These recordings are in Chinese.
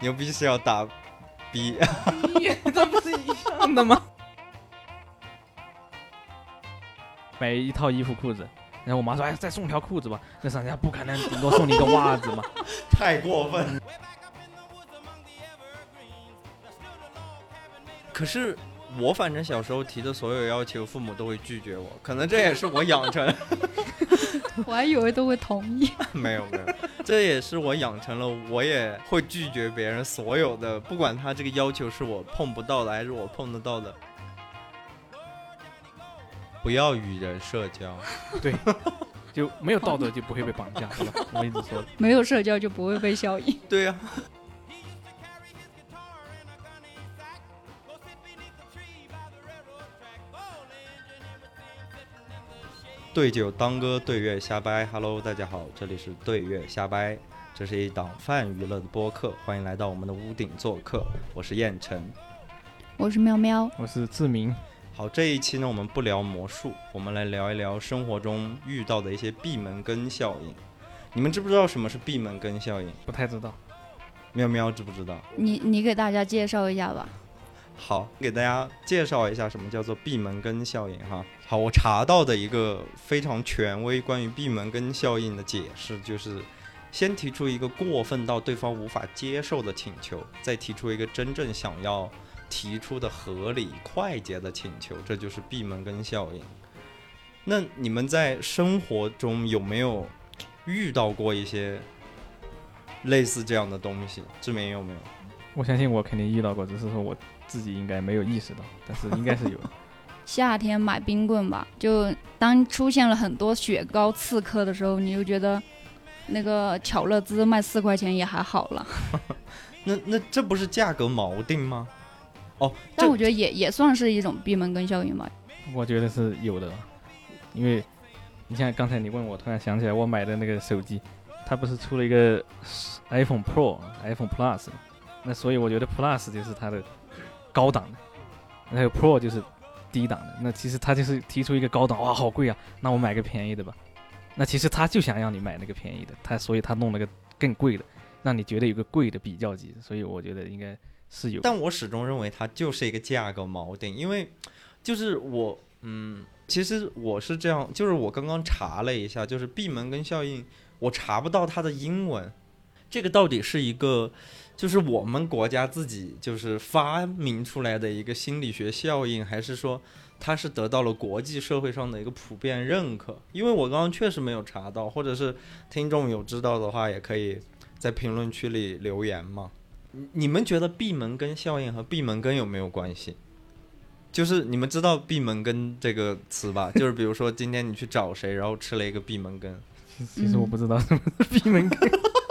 牛逼是要打 逼， 这不是一样的吗？ 买一套衣服裤子，然后我妈说：“哎，再送条裤子吧。”那商家不可能，顶多送你一个袜子嘛。太过分。可是我反正小时候提的所有要求，父母都会拒绝我，可能这也是我养 成，我还以为都会同意。没有没有，这也是我养成了我也会拒绝别人所有的，不管他这个要求是我碰不到的还是我碰得到的。不要与人社交，对，就没有道德就不会被绑架，对吧？ 我一直说的，没有社交就不会被效应。对呀、对酒当歌，对月瞎掰。Hello，大家好，这里是对月瞎掰，这是一档泛娱乐的播客，欢迎来到我们的屋顶做客，我是燕晨。我是喵喵，我是志明，好，这一期呢，我们不聊魔术，我们来聊一聊生活中遇到的一些闭门羹效应。你们知不知道什么是闭门羹效应？不太知道。喵喵知不知道？你你给大家介绍一下吧。好，给大家介绍一下什么叫做闭门羹效应哈。好，我查到的一个非常权威关于闭门羹效应的解释，就是先提出一个过分到对方无法接受的请求，再提出一个真正想要提出的合理快捷的请求，这就是闭门羹效应。那你们在生活中有没有遇到过一些类似这样的东西？志明有没有？我相信我肯定遇到过，只是说我自己应该没有意识到，但是应该是有的。夏天买冰棍吧，就当出现了很多雪糕刺客的时候，你就觉得那个巧乐兹卖四块钱也还 好了。那那这不是价格锚定吗？哦，但这我觉得也也算是一种闭门羹效应吧。我觉得是有的，因为你像刚才你问我，突然想起来我买的那个手机，它不是出了一个 iPhone Pro、iPhone Plus 吗？那所以我觉得 Plus 就是它的高档的，还有 Pro 就是低档的。那其实它就是提出一个高档，哇，好贵啊，那我买个便宜的吧。那其实他就想让你买那个便宜的，他所以他弄了个更贵的，让你觉得有个贵的比较级。所以我觉得应该是有。但我始终认为它就是一个价格锚定，因为就是我，嗯，其实我是这样，就是我刚刚查了一下，就是闭门羹效应，我查不到它的英文，这个到底是一个，就是我们国家自己就是发明出来的一个心理学效应，还是说它是得到了国际社会上的一个普遍认可？因为我刚刚确实没有查到，或者是听众有知道的话，也可以在评论区里留言嘛。你你们觉得闭门羹效应和闭门羹有没有关系？就是你们知道闭门羹这个词 吧？就是比如说今天你去找谁，然后吃了一个闭门羹，其嗯实我不知道什 么是闭门羹，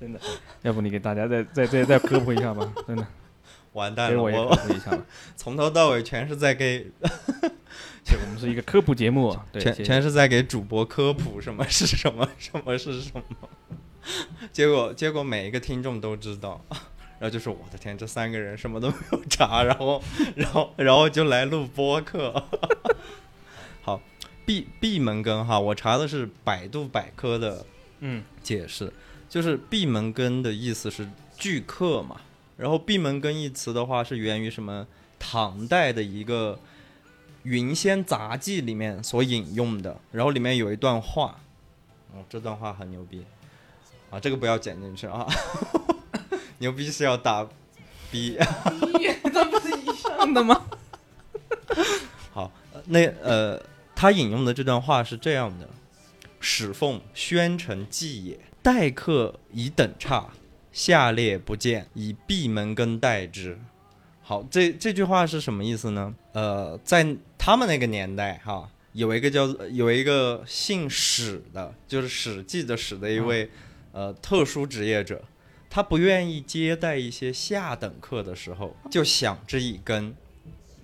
真的。要不你给大家再再再再科普一下吧，真的，完蛋给了！我也哎我科普一下吧。从头到尾全是在给这我们是一个科普 节目啊，对，全谢谢全是在给主播科普什么是什么，什么是什么。结果结果每一个听众都知道， 然后就说我的天，这三个人什么都没有查，然后然后然后就来录播客。 好，闭闭门羹哈，我查的是百度百科的嗯，解释，就是闭门羹的意思是拒客嘛。然后闭门羹一词的话是源于什么？唐代的一个《云仙杂记》里面所引用的，然后里面有一段话，哦，这段话很牛逼啊，这个不要剪进去啊， 牛逼是要打逼。这不是一样的吗？好，呃那呃，他引用的这段话是这样的：“始奉宣城计也，待客以等差，下列不见，以闭门羹待之。”好，这这句话是什么意思呢？呃，在他们那个年代哈，有一个叫有一个姓史的，就是《史记》的史的一位、呃特殊职业者，他不愿意接待一些下等客的时候，就想之以羹，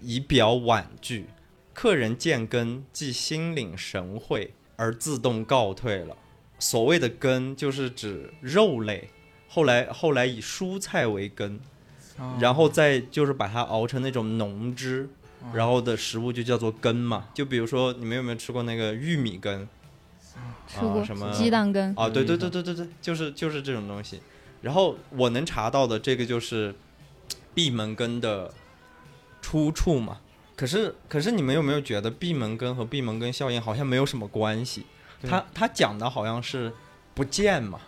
以表婉拒。客人见羹，即心领神会，而自动告退了。所谓的羹，就是指肉类，后来后来以蔬菜为羹，然后再就是把它熬成那种浓汁，嗯然后的食物就叫做根嘛。就比如说你们有没有吃过那个玉米根吃啊过什么鸡蛋羹，啊？对对对对对对，就是就是这种东西。然后我能查到的这个就是闭门羹的出处嘛。可是可是你们有没有觉得闭门羹和闭门羹效应好像没有什么关系？对他他讲的好像是不见嘛，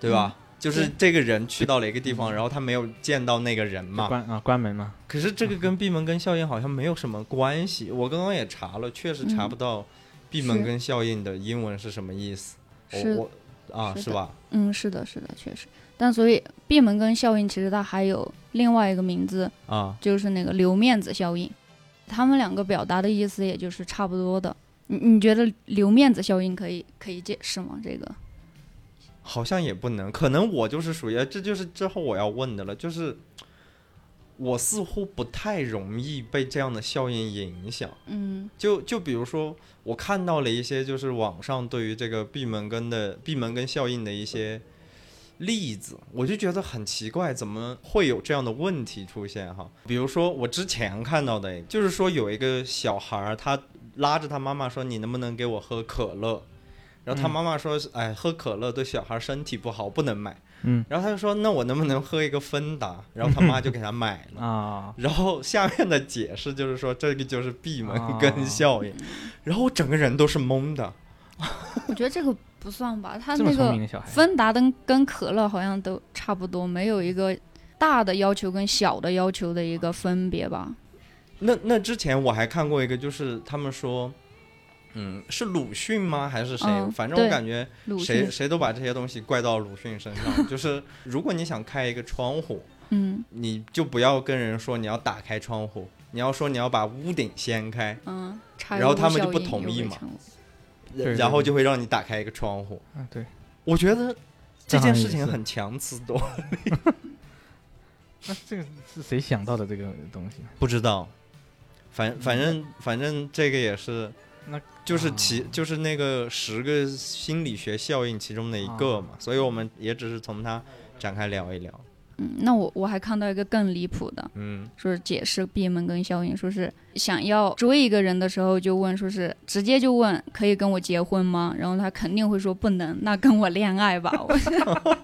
对吧？就是这个人去到了一个地方，然后他没有见到那个人就嘛。关啊关门嘛，可是这个跟闭门羹效应好像没有什么关系。我刚刚也查了，确实查不到闭门羹效应的英文是什么意思。是我我啊，是的是吧？嗯，是的，是的，确实。但所以闭门羹效应其实它还有另外一个名字，啊，就是那个留面子效应。他们两个表达的意思也就是差不多的。你你觉得留面子效应可以可以解释吗？这个好像也不能。可能我就是属于，这就是之后我要问的了，就是我似乎不太容易被这样的效应影响。嗯就就比如说，我看到了一些就是网上对于这个闭门羹的闭门羹效应的一些例子，我就觉得很奇怪，怎么会有这样的问题出现哈？比如说我之前看到的，就是说有一个小孩儿，他拉着他妈妈说：“你能不能给我喝可乐？”然后他嗯妈妈说：“哎，喝可乐对小孩儿身体不好，不能买。”嗯然后他就说：“那我能不能喝一个芬达？”然后他妈就给他买了。啊，然后下面的解释就是说，这个就是闭门羹啊效应。然后我整个人都是懵的。我觉得这个不算吧，它这么那聪个明的小孩，芬达跟跟可乐好像都差不多，没有一个大的要求跟小的要求的一个分别吧。那那之前我还看过一个，就是他们说，嗯，是鲁迅吗？还是谁？嗯反正我对感觉鲁谁迅，嗯谁都把这些东西怪到鲁迅身上。就是如果你想开一个窗户，嗯你就不要跟人说你要打开窗户，你要说你要把屋顶掀开，嗯，差然后不他们效就不应同又意被嘛称为对对然后对就会让你打开一个窗户。啊对，我觉得这这好件像事也情是很强词夺那这个是谁想到的这个东西？不知道，反反正反正这个也是，那就是其、啊就是那个十个心理学效应其中的一个嘛，所以我们也只是从它展开聊一聊。嗯，那我我还看到一个更离谱的，嗯，说是解释闭门羹效应，说是想要追一个人的时候就问，说是直接就问可以跟我结婚吗？然后他肯定会说不能，那跟我恋爱吧。我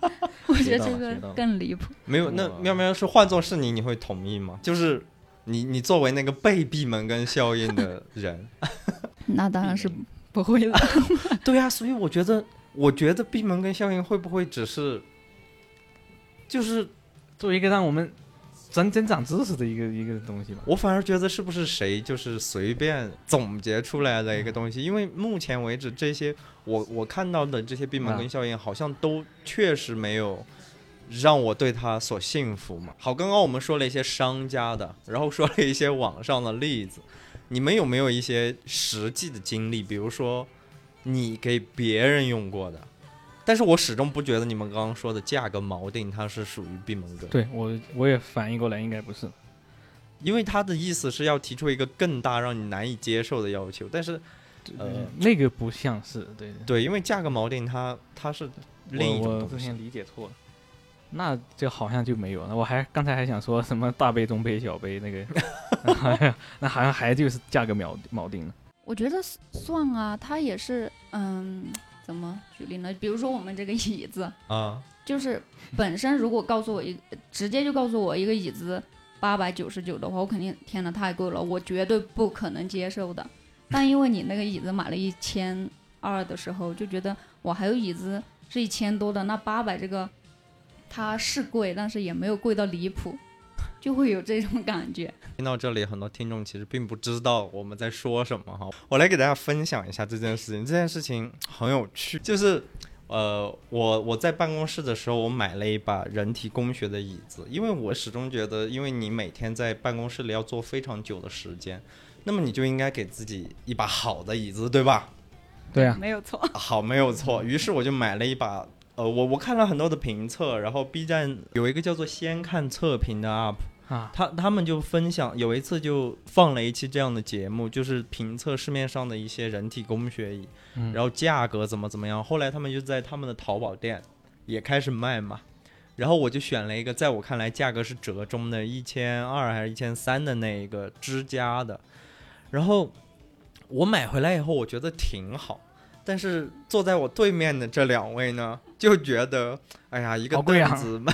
我觉得这学到个了更离谱。没有，那喵喵是换做是你，你会同意吗？就是你你作为那个被闭门羹效应的人，嗯那当然是不会 了。 对呀、所以我觉得我觉得闭门羹效应会不会只是就是作为一个让我们增增长知识的一个一个东西吧。我反而觉得是不是谁就是随便总结出来的一个东西？因为目前为止，这些我我看到的这些闭门羹效应，好像都确实没有让我对它所信服嘛。好，刚刚我们说了一些商家的，然后说了一些网上的例子，你们有没有一些实际的经历？比如说你给别人用过的，但是我始终不觉得你们刚刚说的价格锚定它是属于闭门羹。对我我也反应过来，应该不是。因为他的意思是要提出一个更大让你难以接受的要求，但是，呃，那个不像是对。对，因为价格锚定它它是另一我种我之东西前理解错了，那这好像就没有了。我还刚才还想说什么大杯、中杯、小杯那个， 那好像还就是价格锚锚定了。我觉得算啊，它也是嗯，怎么举例呢？比如说我们这个椅子，啊，就是本身如果告诉我一直接就告诉我一个椅子八百九十九的话，我肯定天呐太贵了，我绝对不可能接受的。但因为你那个椅子买了一千二的时候，就觉得我还有椅子是一千多的，那八百这个它是贵，但是也没有贵到离谱，就会有这种感觉。听到这里，很多听众其实并不知道我们在说什么哈。我来给大家分享一下这件事情，这件事情很有趣，就是呃，我我在办公室的时候，我买了一把人体工学的椅子，因为我始终觉得，因为你每天在办公室里要坐非常久的时间，那么你就应该给自己一把好的椅子，对吧？对啊，没有错。 好，没有错。于是我就买了一把，呃，我我看了很多的评测，然后 B 站有一个叫做“先看测评”的 UP，啊，他他们就分享，有一次就放了一期这样的节目，就是评测市面上的一些人体工学椅，嗯然后价格怎么怎么样。后来他们就在他们的淘宝店也开始卖嘛。然后我就选了一个在我看来价格是折中的，一千二还是一千三的那一个支架的。然后我买回来以后，我觉得挺好，但是坐在我对面的这两位呢，就觉得哎呀，一个好贵啊凳子买、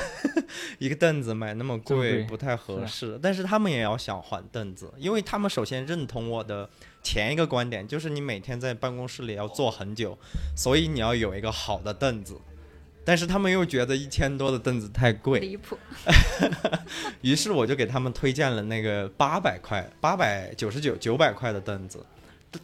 一个凳子买那么这么贵贵不太合是啊适。但是他们也要想换凳子，因为他们首先认同我的前一个观点，就是你每天在办公室里要坐很久，所以你要有一个好的凳子。但是他们又觉得一千多的凳子太贵，离谱。于是我就给他们推荐了那个八百块、八百九十九、九百块的凳子，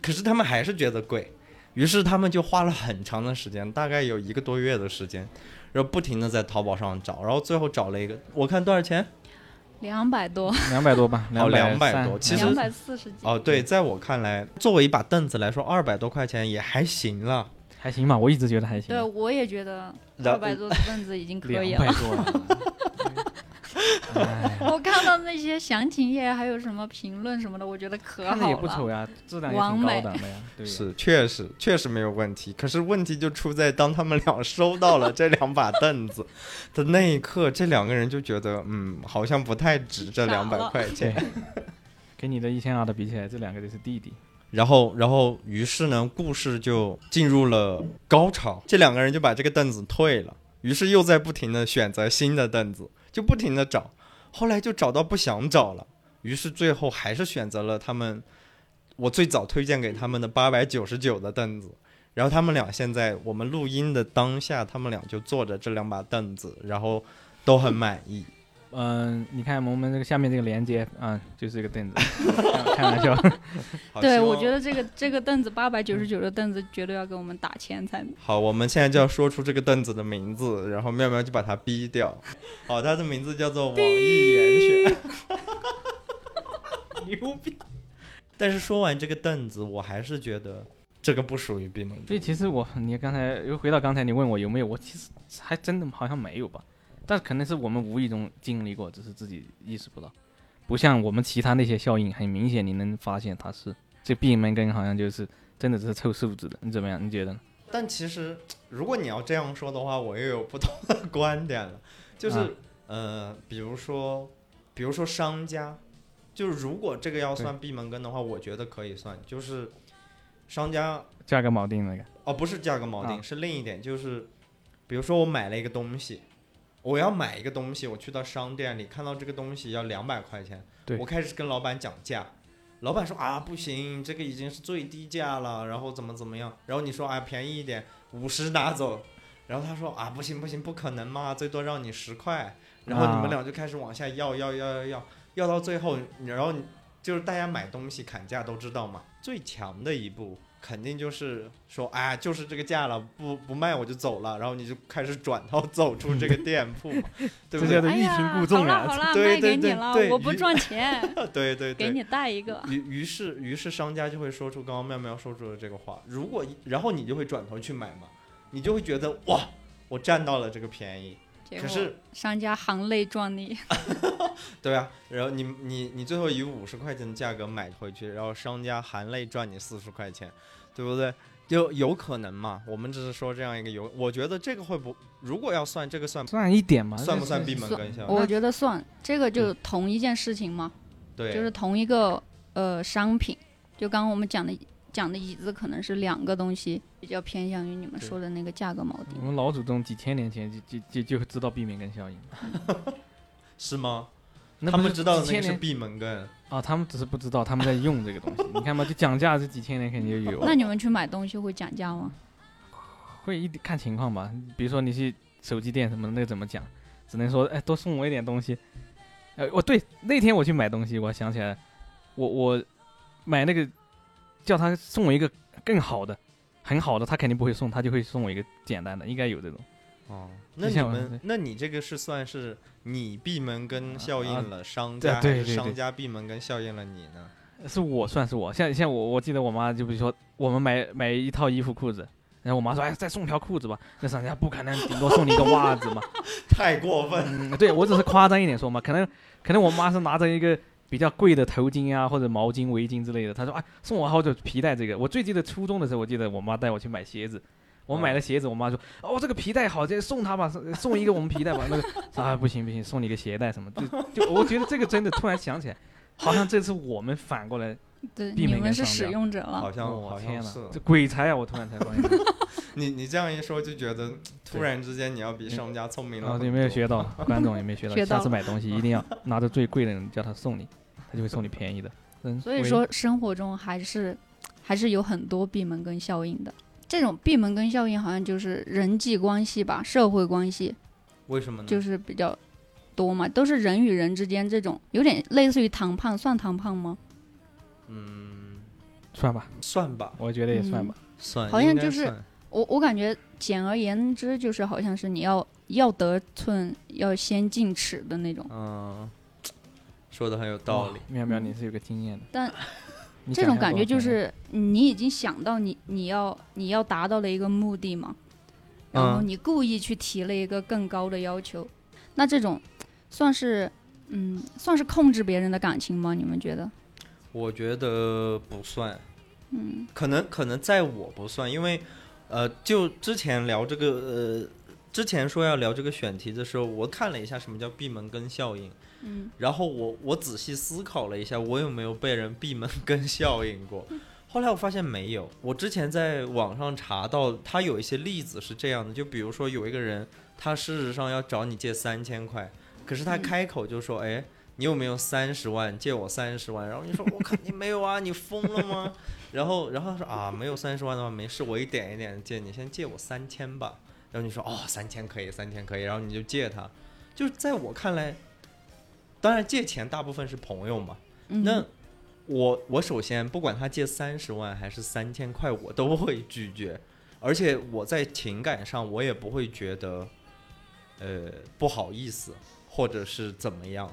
可是他们还是觉得贵，于是他们就花了很长的时间，大概有一个多月的时间，然后不停的在淘宝上找，然后最后找了一个，我看多少钱？两百多，两百多吧，哦两200多其实两百四十几，哦，对，在我看来，作为一把凳子来说，二百多块钱也还行了。还行吧，我一直觉得还行对，。我也觉得然二百多的凳子已经可以两了百。多啊， 哎我看到那些详情页还有什么评论什么的，我觉得可看着好也不了。丑呀，质量也完挺美高档的呀，对呀。是，确实确实没有问题。可是问题就出在当他们俩收到了这两把凳子的那一刻，这两个人就觉得，嗯，好像不太值这傻两百了块钱。跟你的一千二的比起来，这两个就是弟弟。然后，然后，于是呢，故事就进入了高潮。这两个人就把这个凳子退了，于是又在不停的选择新的凳子，就不停的找。后来就找到不想找了，于是最后还是选择了他们我最早推荐给他们的八百九十九的凳子。然后他们俩现在我们录音的当下，他们俩就坐着这两把凳子，然后都很满意。嗯，你看我们这个下面这个连接啊、就是一个 凳子，开开玩笑。好希对，望我觉得这个这个凳子八百九十九的凳子绝对要给我们打钱才好，我们现在就要说出这个凳子的名嗯字，然后妙妙就把它逼 掉。好，它的名字叫做网易严选， 牛逼！但是说完这个凳子，我还是觉得这个不属于闭门所以羹。其实我，你刚才又回到刚才你问我有没有，我其实还真的好像没有吧，但可能是我们无意中经历过，只是自己意识不到。不像我们其他那些效应，很明显你能发现它是这闭门羹，好像就是真的只是凑数字的。你怎么样？你觉得呢？但其实如果你要这样说的话，我又有不同的观点了，就是、啊呃，比如说，比如说商家，就是如果这个要对算闭门羹的话，我觉得可以算，就是商家价格锚定那个，哦，不是价格锚定，啊是另一点，就是比如说我买了一个东西，我要买一个东西，我去到商店里看到这个东西要两百块钱，对我开始跟老板讲价，老板说啊不行，这个已经是最低价了，然后怎么怎么样，然后你说啊便宜一点，五十拿走，然后他说啊不行不行，不可能嘛，最多让你十块，然后你们啊俩就开始往下要要要要要，要到最后，然后你就是大家买东西砍价都知道嘛，最强的一步肯定就是说，哎呀，就是这个价了，不不卖我就走了，然后你就开始转头走出这个店铺嘛，对不对这叫？做哎欲呀，擒故纵啊好啦好啦，对卖对给你对了对，我不于 赚钱，对对给对。你带一个。于于是于是商家就会说出刚刚妙妙说出的这个话，如果然后你就会转头去买嘛，你就会觉得哇，我占到了这个便宜。结可果是嗯商家含泪撞你，对啊，然后你你你最后以五十块钱的价格买回去，然后商家含泪赚你四十块钱，对不对？就有可能嘛？我们只是说这样一个有，我觉得这个会不，如果要算这个算算一点嘛，算不这算这闭门算羹效应？我觉得算这个就同一件事情嘛，嗯对，就是同一个呃商品，就刚刚我们讲的讲的椅子可能是两个东西，比较偏向于你们对嗯说的那个价格锚定我。们老祖宗几千年前就就就就知道闭门羹效应，是吗？那他不们知道的几那千个是年闭门羹，哦啊，他们只是不知道，他们在用这个东西。你看嘛，就讲价这几千年肯定就有 了那。你们去买东西会讲价吗？会一点看情况吧，比如说你去手机店什么的，那个怎么讲？只能说，哎，多送我一点东西。呃，我对那天我去买东西，我想起来，我我买那个叫他送我一个更好的，很好的，他肯定不会送，他就会送我一个简单的，应该有这种。哦，那就你像我们，那你这个是算是你闭门羹效啊应了商对家，对还是对商对家闭门羹效应了你呢？是我算是我，像像我我记得我妈就比如说我们买买一套衣服裤子，然后我妈说，哎，再送条裤子吧，那商家不可能顶多送你一个袜子嘛。太过分了，嗯，对我只是夸张一点说嘛，可能可能我妈是拿着一个比较贵的头巾啊，或者毛巾、哎围巾之类的，她说啊，送我好久皮带这个。我最记得初中的时候，我记得我妈带我去买鞋子，我买了鞋子，我妈说哦这个皮带好，这送她吧，送送一个我们皮带吧。那个啊不行不行，送你个鞋带什么？就就我觉得这个真的突然想起来，好像这次我们反过来，对，避你免们跟是上使吊用者了，好像啊我哦好天像哪是，这鬼才啊！我突然才发现， 你你这样一说，就觉得突对然之间你要比商家聪明然了后很就多。哦没有学到，观众也没学到。学到下次买东西一定要拿着最贵的人叫他送你，他就会送你便宜的。嗯所以说生活中还是还是有很多闭门羹效应的。这种闭门羹效应好像就是人际关系吧，社会关系为什么呢？就是比较多嘛，都是人与人之间这种有点类似于谈判，算谈判吗？嗯，算吧，算吧，我觉得也嗯算吧。算，好像应该就是算我我感觉简而言之就是好像是你要要得寸要先进尺的那种，嗯，说的很有道理哇。妙妙，你是有个经验的。但你这想种象感过觉就没有是你已经想到你你要你要达到了一个目的嘛，然后嗯你故意去提了一个更高的要求，那这种算是嗯算是控制别人的感情吗？你们觉得？我觉得不算，嗯可能可能在我不算，因为呃，就之前聊这个呃，之前说要聊这个选题的时候，我看了一下什么叫闭门羹效应，嗯，然后我我仔细思考了一下，我有没有被人闭门羹效应 过？后来我发现没有。我之前在网上查到，他有一些例子是这样的，就比如说有一个人，他事实上要找你借三千块，可是他嗯开口就说：“哎，你有没有三十万？借我三十万。”然后你说：“我肯定没有啊，你疯了吗？”然后然后他说：“啊，没有三十万的话，没事，我一点一点借你，先借我三千吧。”然后你说：“哦，三千可以，三千可以。”然后你就借他。就是在我看来，当然借钱大部分是朋友嘛。嗯那我我首先不管他借三十万还是三千块，我都会拒绝，而且我在情感上我也不会觉得，呃不好意思或者是怎么样。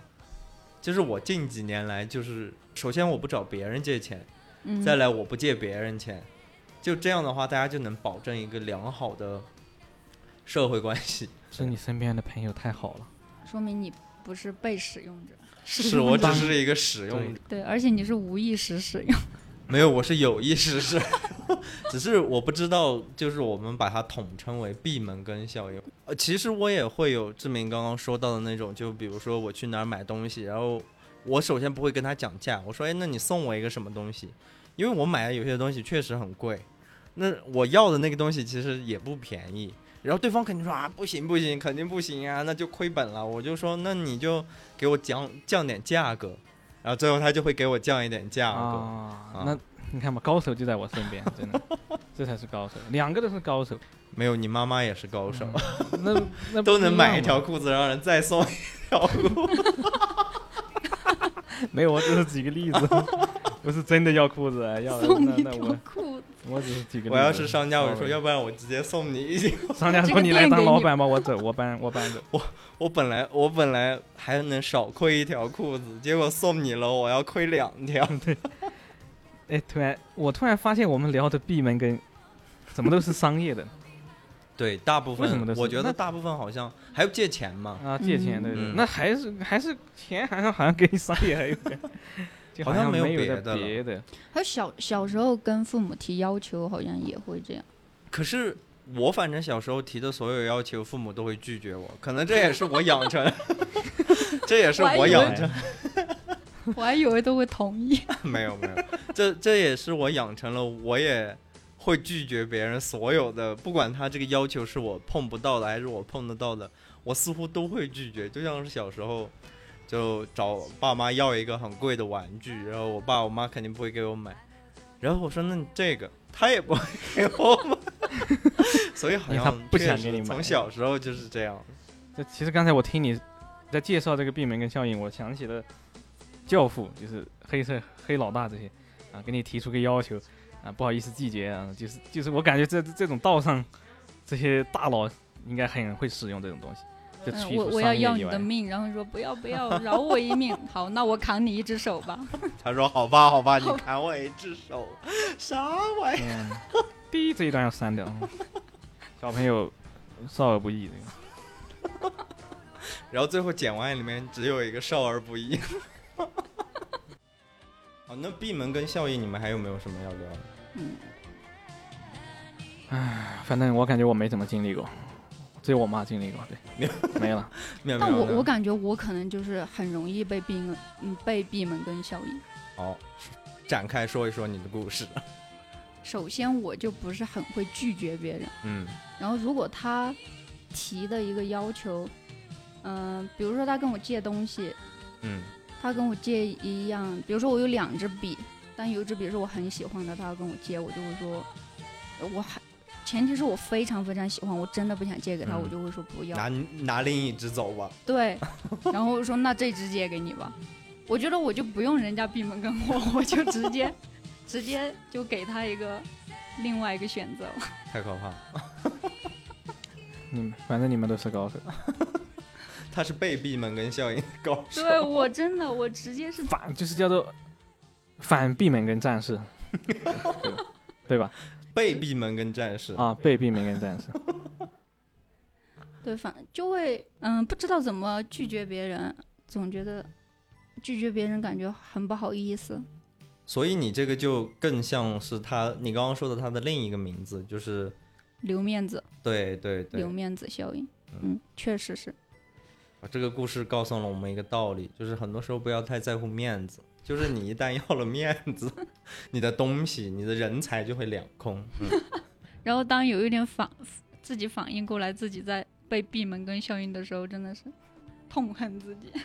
就是我近几年来，就是首先我不找别人借钱，嗯再来我不借别人钱，就这样的话，大家就能保证一个良好的社会关 系。是你身边的朋友太好了，说明你不是被使用 者，是我只是一个使用者。对，而且你是无意识使用，没有，我是有意识是， 只是我不知道，就是我们把它统称为闭门羹效应。呃，其实我也会有志明刚刚说到的那种，就比如说我去哪儿买东西，然后我首先不会跟他讲价，我说，哎，那你送我一个什么东西？因为我买的有些东西确实很贵，那我要的那个东西其实也不便宜。然后对方肯定说啊，不行不行，肯定不行啊，那就亏本了。我就说，那你就给我降降点价格，然后最后他就会给我降一点价格。啊啊那你看吧，高手就在我身 边，真的，这才是高手，两个都是高手，没有，你妈妈也是高手，那那 都不能一买样一条嘛。裤子，让人再送一 条裤。没有，我只是举个例 子，不是真的要裤子，要送那你那条我裤子，我只是举个例子。我要是商家，我就说， sorry 要不然我直接送你一条。 商家这说个你来店当给老你板吧，我走，我搬我搬走。我本来我本来还能少亏一条裤子，结果送你了，我要亏两条。哎，突然我突然发现我们聊的闭门羹，怎么都是商业的 对，大部为什么都分是我觉那得大部分好像还有借钱嘛，啊，借钱对对，嗯那还是还是钱好像好像跟商业还有关，就好像像没有没有别的的了别的。还有小小时候跟父母提要求，好像也会这样。 可是。我反正小时候提的所有要求，父母都会拒绝我，可能这也是我养成， 这也是我还我以为养成我还以为都会同意， 没有没有，这这也是我养成了，我也会拒绝别人所有的，不管他这个要求是我碰不到的还是我碰得到的，我似乎都会拒绝。就像是小时候，就找爸妈要一个很贵的玩具，然后我爸我妈肯定不会给我买，然后我说那你这个，他也不会给我买， 所以好因为他像不想确实给你买从小时候就是这样。这其实刚才我听你在介绍这个闭门羹效应，我想起了《教父》，就是黑社黑老大这些啊，给你提出个要求啊，不好意思拒绝啊，就是就是我感觉这这种道上这些大佬应该很会使用这种东西，就嗯去我除我要商业要以你外的命，然后说不要不要，饶我一命。好，那我砍你一只手吧。他说好吧好吧，你砍我一只手，啥玩意？嗯， 第一这一段要删掉， 嗯小朋友少儿不宜这个。然后最后剪完里面只有一个少儿不宜。 哦好，那闭门跟效应，你们还有没有什么要聊的？嗯，反正我感觉我没怎么经历过，只有我妈经历过，对，没了。妙妙但我呢我感觉我可能就是很容易被闭门，嗯，被闭门羹效应。好展开说一说你的故事。首先，我就不是很会拒绝别人。嗯然后如果他提的一个要求，嗯、比如说他跟我借东西，嗯他跟我借一样，比如说我有两支笔，但有一支笔是我很喜欢的，他要跟我借，我就会说，呃我还前提是我非常非常喜欢，我真的不想借给他，嗯我就会说不要。拿拿另一只走吧。对， 然后我说那这支借给你吧，我觉得我就不用人家闭门羹我，我就直 接直接就给他一个另外一个选择了。太可怕了，你们反正你们都是高手，他是被闭门羹效应的高手。对我真的我直接是反就是叫做反闭门羹 战士，对吧对吧？被闭门羹战士。啊，被闭门羹战士，对，反就会嗯，不知道怎么拒绝别人，总觉得拒绝别人感觉很不好意思。所以你这个就更像是他，你刚刚说的他的另一个名字，就是留面子，对对对留，面子效应，嗯嗯，确实是，这个故事告诉了我们一个道理，就是很多时候不要太在乎面子，就是你一旦要了面子， 你的东西、你的人才就会两空。然后当有一点反自己反应过来自己在被闭门羹效应的时候，真的是痛恨自己。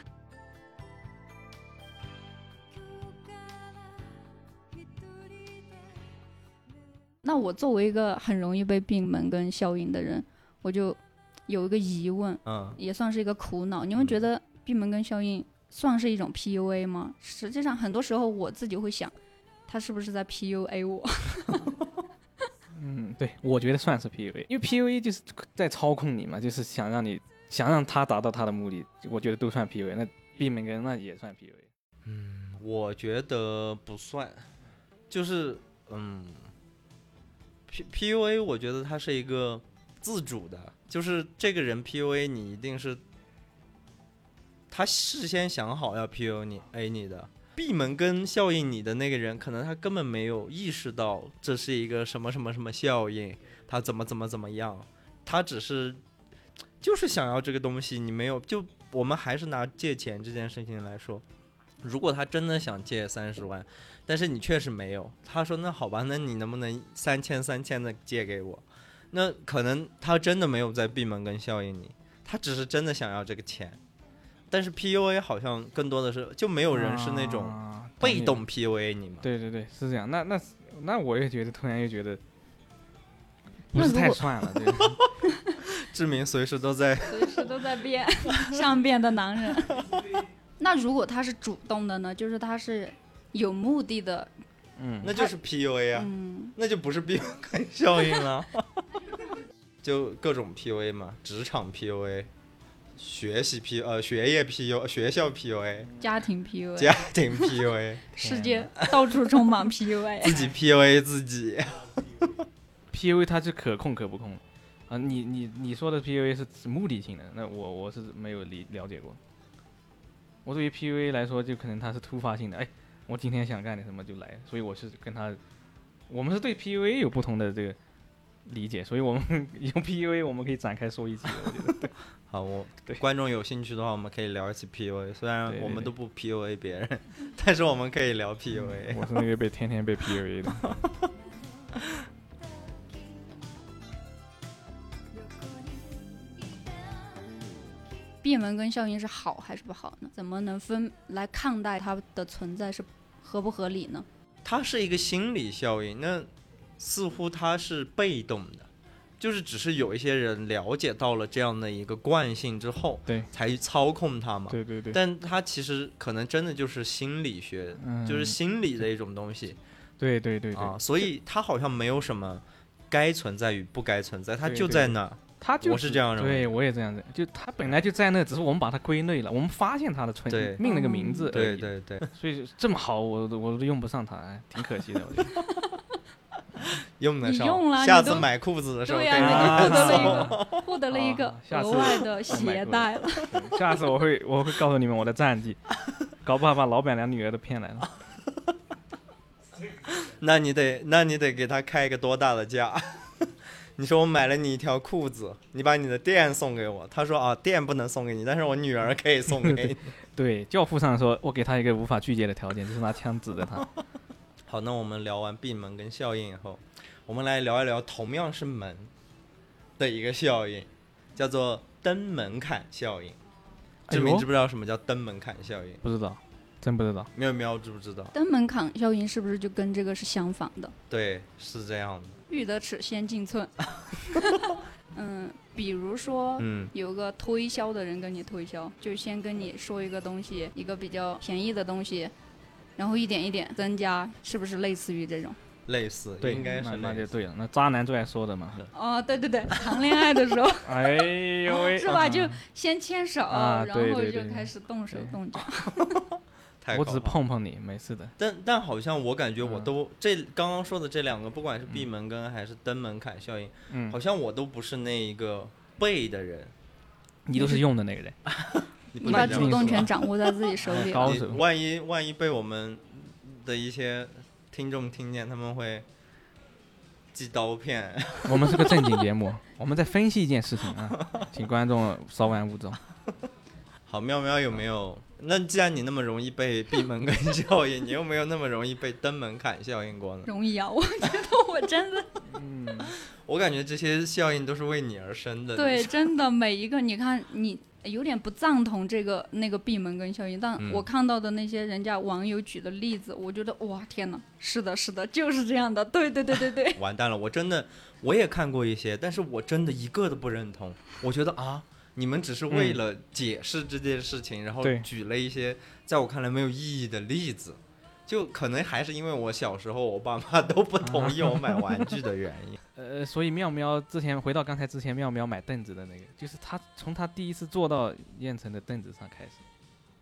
那我作为一个很容易被闭门羹效应的人，我就有一个疑问，嗯，也算是一个苦恼。你们觉得闭门羹效应算是一种 PUA 吗？实际上，很多时候我自己会想，他是不是在 PUA 我？嗯，对，我觉得算是 PUA，因为 PUA 就是在操控你嘛，就是想让你想让他达到他的目的，我觉得都算 PUA。那闭门羹那也算 PUA。嗯我觉得不算，就是嗯，P P U A，我觉得它是一个自主的，就是这个人 P U A 你一定是他事先想好要 P U 你 A 你的。闭门羹效应你的那个人，可能他根本没有意识到这是一个什么什么什么效应，他怎么怎么怎么样，他只是就是想要这个东西，你没有就我们还是拿借钱这件事情来说，如果他真的想借三十万，但是你确实没有，他说那好吧，那你能不能三千三千的借给我？那可能他真的没有在闭门羹效应你，他只是真的想要这个钱。但是 PUA 好像更多的是就没有人是那种啊被。动 PUA 你嘛？对对对，是这样。那那那我也觉得，突然又觉得不那是如太果算了，对。志明随时都在随时都在 变上变的男 人。那如果他是主动的呢？就是他是有目的的， 嗯，那就是 PUA 啊，嗯，那就不是 闭门效应了， 就各种 PUA 嘛，职场 PUA，学习 P 呃学业 PU 学校 PUA，家庭 PUA，家 庭 PUA，世界到处充满 PUA。自己 PUA 自 己， PUA 它是可控可不控的啊。你你你说的 PUA 是指目的性的，那我我是没有理了解过。我对于 PUA 来说，就可能它是突发性的，哎，我今天想干点什么就来，所以我是跟他，我们是对 PUA 有不同的这个理解，所以我们 用 PUA 我们可以展开说一集的，我觉得。好，我对观众有兴趣的话，我们可以聊一期 PUA，虽然对对我们对都不 PUA 别人， 但是我们可以聊 PUA。 我是那个被天天被 PUA 的。闭门羹效应是好还是不好呢？怎么能分来看待它的存在是合不合理呢？它是一个心理效应，那似乎它是被动的，就是只是有一些人了解到了这样的一个惯性之后，对，才操控它嘛。对对对，但它其实可能真的就是心理学，嗯就是心理的一种东西对对对对，啊，所以它好像没有什么该存在与不该存在，它对就对在那儿。他就我是这样认为对我也这样认为，就他本来就在那，只是我们把它归类了，我们发现它的存对命那个名字，对，对对， 所以这么好，我都我都用不上它，哎挺可惜的，我觉得。用得你上，用了下你次都买裤子的时候对可呀以你买都裤得了子一个啊啊下 获得了一个次额外的我买携过带了。下次我会我会告诉你们我的战绩，搞不好把老板娘女儿都骗来了。那你得那你得给他开一个多大的价？ 你说我买了你一条裤子，你把你的店送给我。他说啊，店不能送给你，但是我女儿可以送给 你。对，教父上说，我给他一个无法拒绝的条件，就是拿枪指着他。好，那我们聊完闭门跟效应以后，我们来聊一聊同样是门的一个效应，叫做登门槛效应。志明哎知不呦知道什么叫登门槛效应？不知道，真不知道。喵喵知不知道？登门槛效应是不是就跟这个是相反的？对，是这样的。欲得尺，先进寸。 嗯，比如说。嗯，有个推销的人跟你推销，就先跟你说一个东西，一个比较便宜的东西，然后一点一点增加，是不是类似于这种？类似，对，应该是那那类就似。对了。那渣男最爱说的嘛。哦，对 对对，谈恋爱的 时候哎呦 喂，是吧？嗯就先牵手，啊然对后对就对开始动手对动脚。太我搞只笑是了碰碰你，没事的。但但好像我感觉我嗯都、这刚刚说的这两个，不管是闭门羹还是登门槛效应，嗯好，像我都不是那一个背的人。你都是用的那个人。你不你把能这主样动说权掌握在自己手 里高了。你手万一万一被我们的一些听众听见，他们会寄刀片。 我们是个正经节目，我们在分析一件事情啊，请观众稍安勿躁。好，喵喵有没有？嗯那既然你那么容易被闭门羹效应，你有没有那么容易被登门槛效应 过呢？容易啊，我觉得我真的嗯，我感觉这些效应都是为你而生的。对，真的每一个，你看你有点不赞同这个那个闭门羹效应，但嗯我看到的那些人家网友举的例子，我觉得哇天哪，是的，是的，就是这样的，对对对对 对，完蛋了，我真的我也看过一些，但是我真的一个都不认同。我觉得啊，你们只是为了解释这件事情，然后对举了一些在我看来没有意义的例子。就可能还是因为我小时候我爸妈都不同意我买玩具的原 因。呃，所以妙妙之前回到刚才之前，妙妙买凳子的那个，就是他从他第一次坐到燕城的凳子上开始，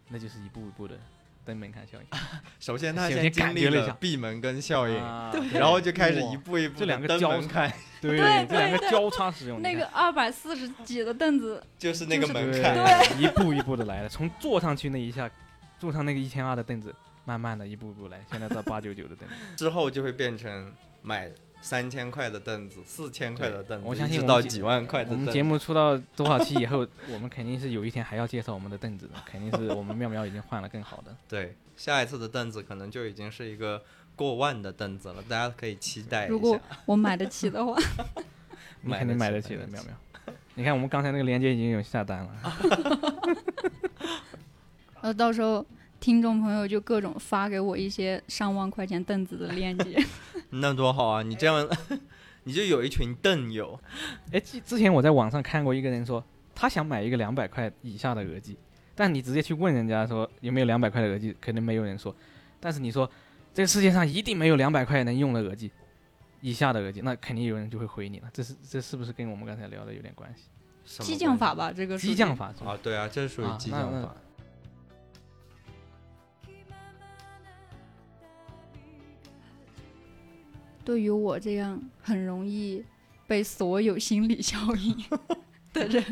那就是一步一步的登门槛效应。首先，他先先经感历觉了一了下闭门跟效应，啊哎然后就开始一哇步一步这两的个登交门叉槛，对对这两个对交叉使用，你那看个二百四十几的凳子，就是那个就是门对槛。一步一步的来了，从坐上去那一下，坐上那个一千二的凳子，慢慢的一步一步来，现在到八九九的凳子。之后就会变成买三千块的凳子、四千块的凳子，我相信一直我们到节几万块的我凳们子。节目出到多少期以后，我们肯定是有一天还要介绍我们的凳子的，肯定是我们妙妙已经换了更好的。对，下一次的凳子可能就已经是一个过万的凳子了，大家可以期待一下。如果我买得起的话，你肯定买得起的，啊妙妙。 你看我们刚才那个链接已经有下单了，呃，到时候听众朋友就各种发给我一些上万块钱凳子的链接， 那多好啊！你这样， 你就有一群凳友。哎，之之前我在网上看过一个人说，他想买一个两百块以下的额计，但你直接去问人家说有没有两百块的额计，肯定没有人说。但是你说这个世界上一定没有两百块能用的额计，以下的额计，那肯定有人就会回你了。这是这是不是跟我们刚才聊的有点关系？什么激将关法吧，这个激将 法是系吧？啊，对啊，这是属于啊激那将那法。对于我这样很容易被所有心理效 应的人，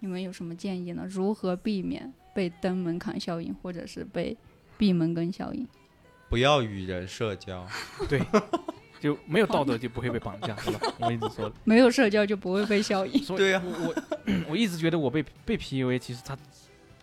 你们有什么建议呢？如何避免被登门槛效应，或者是被闭门羹效应？不要与人社交，就没有道德就不会被绑 架，是吧？ 我一直说的。没有社交就不会被效应。所以对啊我我我一直觉得我被被 PUA，其实他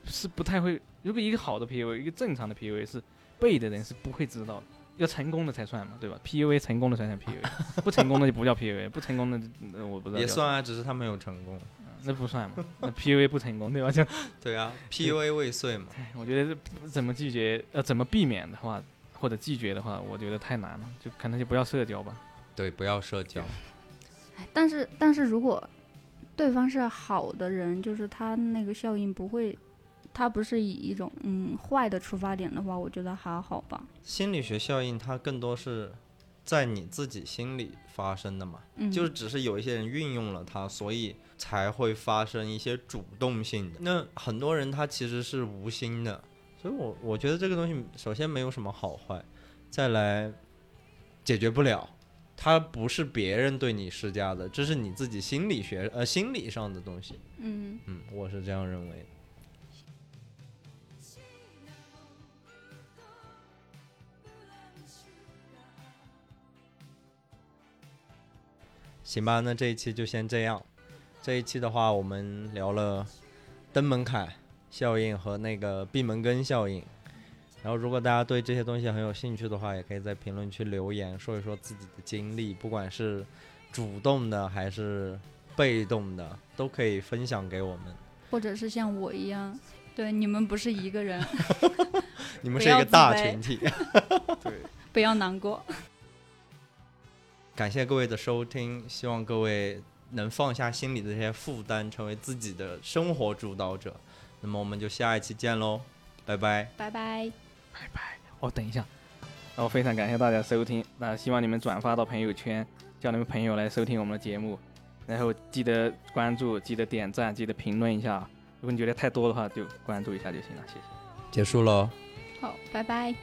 是不太会。如果一个好的 PUA，一个正常的 PUA 是背的人是不会知道的，要成功的才算嘛，对吧？PUA 成功的才算 PUA，不成功的就不叫 PUA，不成功的就、呃我不知道也叫算啊，只是他没有成功。什么，那不算嘛，那 PUA 不成功，对吧？就对啊，PUA 未遂嘛。哎我觉得这怎么拒绝呃怎么避免的话，或者拒绝的话，我觉得太难了，就可能就不要社交吧。对，不要社交。 但是，但是如果对方是好的人，就是他那个效应不会，他不是以一种嗯坏的出发点的话，我觉得还好吧。心理学效应它更多是在你自己心里发生的嘛。嗯，就是只是有一些人运用了它，所以才会发生一些主动性的。那很多人他其实是无心的，所以我我觉得这个东西首先没有什么好坏，再来解决不了，它不是别人对你施加的，这是你自己心理学呃心理上的东西。嗯，嗯，我是这样认为的。行吧，那这一期就先这样。这一期的话，我们聊了登门槛效应和那个闭门羹效应。然后，如果大家对这些东西很有兴趣的话，也可以在评论区留言，说一说自己的经历，不管是主动的还是被动的，都可以分享给我们。或者是像我一样，对你们不是一个人，你们不是一要个自大卑群 体。对，不要难过。感谢各位的收听，希望各位能放下心里的这些负担，成为自己的生活主导者。那么我们就下一期见喽，拜拜。拜拜。哦，等一下，然哦后非常感谢大家收听，那希望你们转发到朋友圈，叫你们朋友来收听我们的节目，然后记得关注，记得点赞，记得评论一下啊。如果你觉得太多的话，就关注一下就行了，谢谢。结束喽，好，拜拜。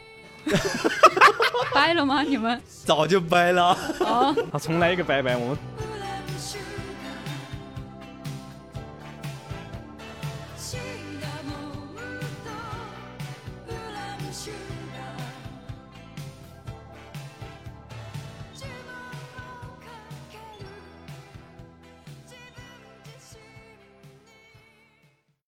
拜了吗？你们？早就掰了。哦。好，重来一个拜拜，我们